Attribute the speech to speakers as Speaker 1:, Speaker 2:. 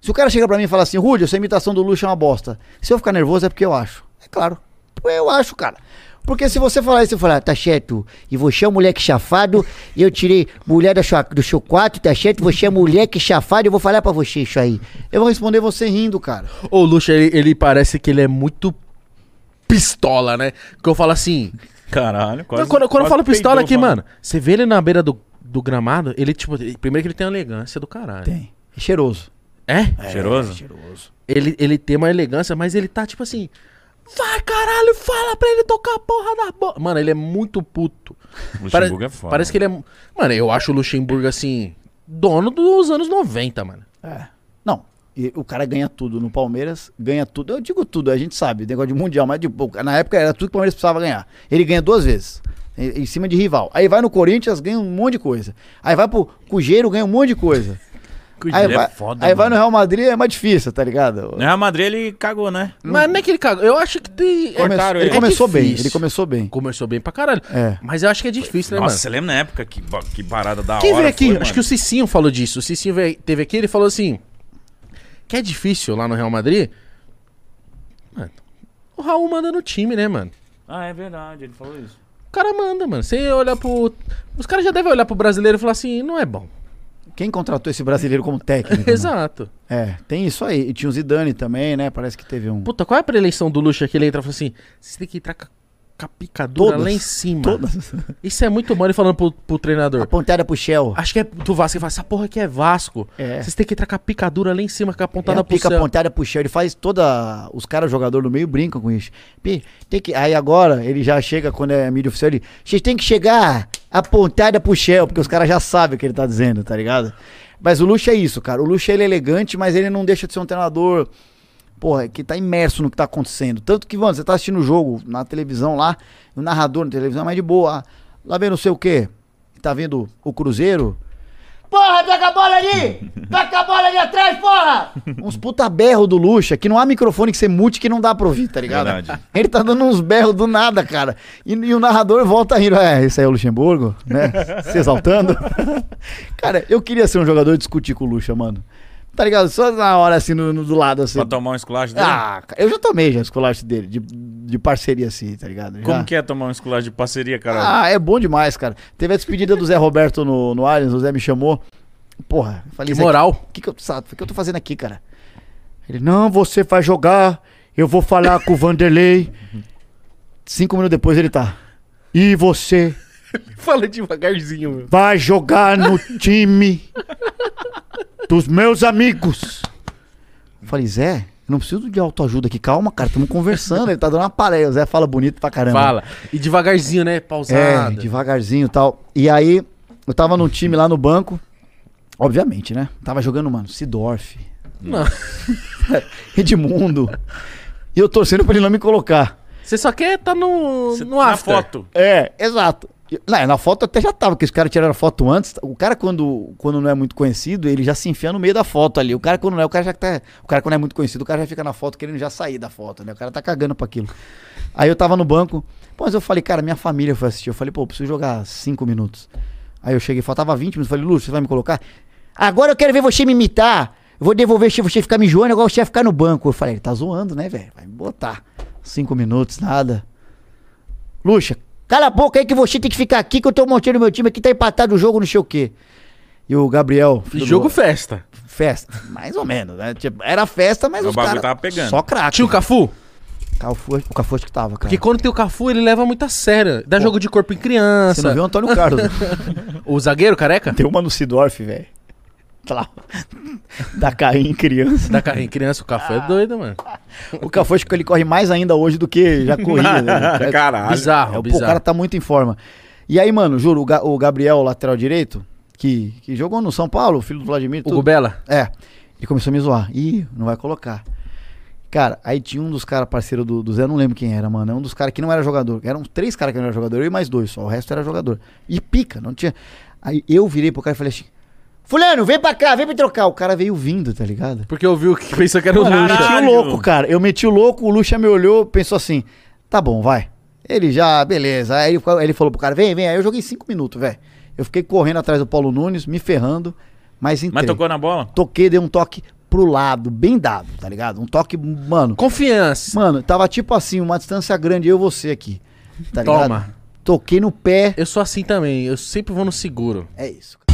Speaker 1: Se o cara chega pra mim e fala assim, Rude, essa imitação do Luxo é uma bosta. Se eu ficar nervoso é porque eu acho. É claro. Porque Eu acho, cara. Porque se você falar isso, eu falar, ah, tá certo, e você é um moleque chafado, e eu tirei mulher da sua, do seu quarto, tá certo, você é moleque chafado, eu vou falar pra você isso aí. Eu vou responder você rindo, cara.
Speaker 2: O Lucha, ele, ele parece que ele é muito pistola, né? Que eu falo assim.
Speaker 3: Caralho,
Speaker 2: Não, quando quando eu falo pistola aqui,
Speaker 3: peidou,
Speaker 2: mano, você vê ele na beira do, do gramado, ele, tipo, ele- primeiro que ele tem uma elegância do caralho.
Speaker 1: Tem. É cheiroso.
Speaker 2: É?
Speaker 3: Cheiroso?
Speaker 1: Cheiroso.
Speaker 2: Ele, ele tem uma elegância, mas ele tá, tipo assim. Vai, caralho, fala pra ele tocar a porra da bola. Mano, ele é muito puto.
Speaker 3: Luxemburgo é foda.
Speaker 2: Parece que ele é. Mano, eu acho o Luxemburgo, assim, dono dos anos 90, mano.
Speaker 1: É. Não. E o cara ganha tudo no Palmeiras, ganha tudo. Eu digo tudo, a gente sabe, negócio de mundial, mas tipo, na época era tudo que o Palmeiras precisava ganhar. Ele ganha duas vezes, em em cima de rival. Aí vai no Corinthians, ganha um monte de coisa. Aí vai pro Cujeiro, ganha um monte de coisa. aí
Speaker 3: Ele
Speaker 1: vai,
Speaker 3: é foda,
Speaker 1: aí vai no
Speaker 3: mano.
Speaker 1: Real Madrid, é mais difícil, tá ligado?
Speaker 3: Real é, Madrid ele cagou, né?
Speaker 2: Mas não é que ele cagou. Eu acho que tem.
Speaker 1: Come-
Speaker 3: Cortaram
Speaker 1: ele
Speaker 3: ele.
Speaker 1: começou
Speaker 2: É
Speaker 1: bem,
Speaker 2: difícil.
Speaker 1: ele começou bem.
Speaker 2: Começou bem pra caralho.
Speaker 1: É.
Speaker 2: Mas eu acho que é difícil, né,
Speaker 3: Nossa,
Speaker 2: mano?
Speaker 3: você lembra na época que, ba- que parada da
Speaker 2: Quem
Speaker 3: hora
Speaker 2: veio aqui?
Speaker 3: foi,
Speaker 2: acho
Speaker 3: mano?
Speaker 2: que o Cicinho falou disso. O Cicinho veio, teve aqui, ele falou assim: que é difícil lá no Real Madrid. Mano, o Raul manda no time, né, mano?
Speaker 3: Ah, é verdade, ele falou isso.
Speaker 2: O cara manda, mano. Você olha pro. Os caras já devem olhar pro brasileiro e falar assim: não é bom.
Speaker 1: Quem contratou esse brasileiro como técnico? né?
Speaker 2: Exato.
Speaker 1: É, tem isso aí. E tinha o Zidane também, né? Parece que teve um.
Speaker 2: Puta, qual é a preleição do Lucha que ele entra e fala assim: você tem que entrar com a- com a picadura
Speaker 1: Todas.
Speaker 2: lá em cima.
Speaker 1: Todas.
Speaker 2: Isso é muito bom ele falando pro, pro treinador.
Speaker 1: Apontada pro Shell.
Speaker 2: Acho que é do Vasco. Ele fala: essa porra aqui é Vasco.
Speaker 1: É.
Speaker 2: Vocês têm que entrar com a picadura lá em cima, com a
Speaker 1: Ela
Speaker 2: pontada pro
Speaker 1: pica
Speaker 2: céu.
Speaker 1: apontada pro chão, ele faz toda. Os caras, jogador no meio, brincam com isso. Pi, tem que... Aí agora ele já chega, quando é mídia oficial, ele. Vocês têm que chegar apontada pro chão, porque os caras já sabem o que ele tá dizendo, tá ligado? Mas o Luxo é isso, cara. O Luxo ele é elegante, mas ele não deixa de ser um treinador. Porra, que tá imerso no que tá acontecendo. Tanto que, mano, você tá assistindo o jogo na televisão lá, o narrador na televisão, mas de boa. Ah, Lá vem não sei o quê. Tá vendo o Cruzeiro? Porra, pega a bola ali! Pega a bola ali atrás, porra! Uns puta berro do Luxa, que não há microfone que você mute que não dá pra ouvir, tá ligado?
Speaker 3: Verdade.
Speaker 1: Ele tá dando uns berros do nada, cara. E, e o narrador volta rindo. É, esse aí é o Luxemburgo, né? Se exaltando. cara, eu queria ser um jogador e discutir com o Luxa, mano. Tá ligado? Só na hora, assim, no, no- do lado, assim.
Speaker 3: Pra tomar um esculacho dele?
Speaker 1: Ah, cara, eu já tomei já esculacho dele, de, de parceria assim, tá ligado? Já.
Speaker 3: Como que é tomar um esculacho de parceria, cara?
Speaker 1: Ah, é bom demais, cara. Teve a despedida do Zé Roberto no, no Allianz, o Zé me chamou. Porra, eu falei,
Speaker 2: Que
Speaker 1: Zé,
Speaker 2: moral.
Speaker 1: o que, que, eu- sabe, o que eu tô fazendo aqui, cara? Ele, não, você vai jogar, eu vou falar com o Vanderlei. Cinco minutos depois ele tá. E você
Speaker 2: Fala devagarzinho, meu.
Speaker 1: vai jogar no time dos meus amigos. Eu falei, Zé, eu não preciso de autoajuda aqui. Calma, cara, estamos conversando. Ele tá dando uma palestra. O Zé fala bonito pra caramba.
Speaker 2: É, Fala. E devagarzinho, né?
Speaker 1: É,
Speaker 2: Pausado.
Speaker 1: devagarzinho e tal. E aí, eu tava num time lá no banco. Obviamente, né? Tava jogando, mano, Sidorf,
Speaker 2: Não.
Speaker 1: Edmundo. E eu torcendo pra ele não me colocar.
Speaker 2: Você só quer tá no,
Speaker 3: Cê-
Speaker 2: no
Speaker 3: na
Speaker 2: after.
Speaker 3: foto.
Speaker 1: É, exato. E- Não, é, na foto até já tava, porque os caras tiraram a foto antes. O cara, quando, quando não é muito conhecido, ele já se enfia no meio da foto ali. O cara, quando não é, o cara já tá. O cara, quando é muito conhecido, o cara já fica na foto querendo já sair da foto, né? O cara tá cagando pra aquilo. Aí eu tava no banco. Pô, mas eu falei, cara, minha família foi assistir. Eu falei, pô, eu preciso jogar cinco minutos. Aí eu cheguei, faltava 20 minutos. Falei, Lúcio, você vai me colocar? Agora eu quero ver você me imitar. Eu vou devolver se você ficar me joando, agora você vai ficar no banco. Eu falei, ele tá zoando, né, velho? Vai me botar. Cinco minutos, nada. Luxa, cala a boca aí que você tem que ficar aqui que eu tô montando meu time aqui, tá empatado o jogo, não sei o quê. E o Gabriel.
Speaker 2: E
Speaker 1: filho do-
Speaker 2: jogo festa.
Speaker 1: festa. Mais ou menos, né? Tipo, era festa, mas
Speaker 3: O
Speaker 1: os
Speaker 3: bagulho
Speaker 1: cara...
Speaker 3: tava pegando.
Speaker 1: Só craque.
Speaker 2: Tinha o Cafu?
Speaker 1: Cafu, o Cafu acho que tava, cara.
Speaker 2: Porque quando tem o Cafu, ele leva muito a sério. Dá jogo de corpo em
Speaker 1: Você não
Speaker 2: criança.
Speaker 1: viu o Antônio Carlos?
Speaker 2: O zagueiro careca?
Speaker 1: Tem uma no Sidorf, velho. Tá lá. Da Caim criança.
Speaker 2: Dá carrinho em criança, o Cafu é doido, mano.
Speaker 1: O Cafu acho que ele corre mais ainda hoje do que já corria. né?
Speaker 3: Caralho.
Speaker 2: Bizarro,
Speaker 1: É, pô, o
Speaker 2: bizarro.
Speaker 1: cara tá muito em forma. E aí, mano, juro, o, Ga- o Gabriel, o lateral direito, que, que jogou no São Paulo, filho do Vladimir,
Speaker 2: O
Speaker 1: tudo.
Speaker 2: Gubela?
Speaker 1: É. Ele começou a me zoar. Ih, não vai colocar. Cara, aí tinha um dos caras parceiro do, do Zé, eu não lembro quem era, mano. É um dos caras que não era jogador. Eram três caras que não eram jogador, eu e mais dois só. O resto era jogador. E pica, não tinha. Aí eu virei pro cara e falei assim: Fulano, vem pra cá, vem me trocar. O cara veio vindo, tá ligado?
Speaker 2: Porque eu vi o que pensou que era o
Speaker 1: Mano, eu
Speaker 2: Lucha.
Speaker 1: meti
Speaker 3: Caralho!
Speaker 1: o louco, cara. Eu meti o louco, o Lucha me olhou, pensou assim: tá bom, vai. Ele já, beleza. Aí ele, ele falou pro cara: vem, vem. Aí eu joguei cinco minutos, velho. Eu fiquei correndo atrás do Paulo Nunes, me ferrando, mas entrei.
Speaker 3: Mas tocou na bola?
Speaker 1: Toquei, dei um toque. pro lado, bem dado, tá ligado? Um toque, mano.
Speaker 2: Confiança.
Speaker 1: Mano, tava tipo assim, uma distância grande, eu e você aqui. Tá ligado?
Speaker 2: Toma.
Speaker 1: Toquei no pé.
Speaker 2: Eu sou assim também. Eu sempre vou no seguro.
Speaker 1: É isso.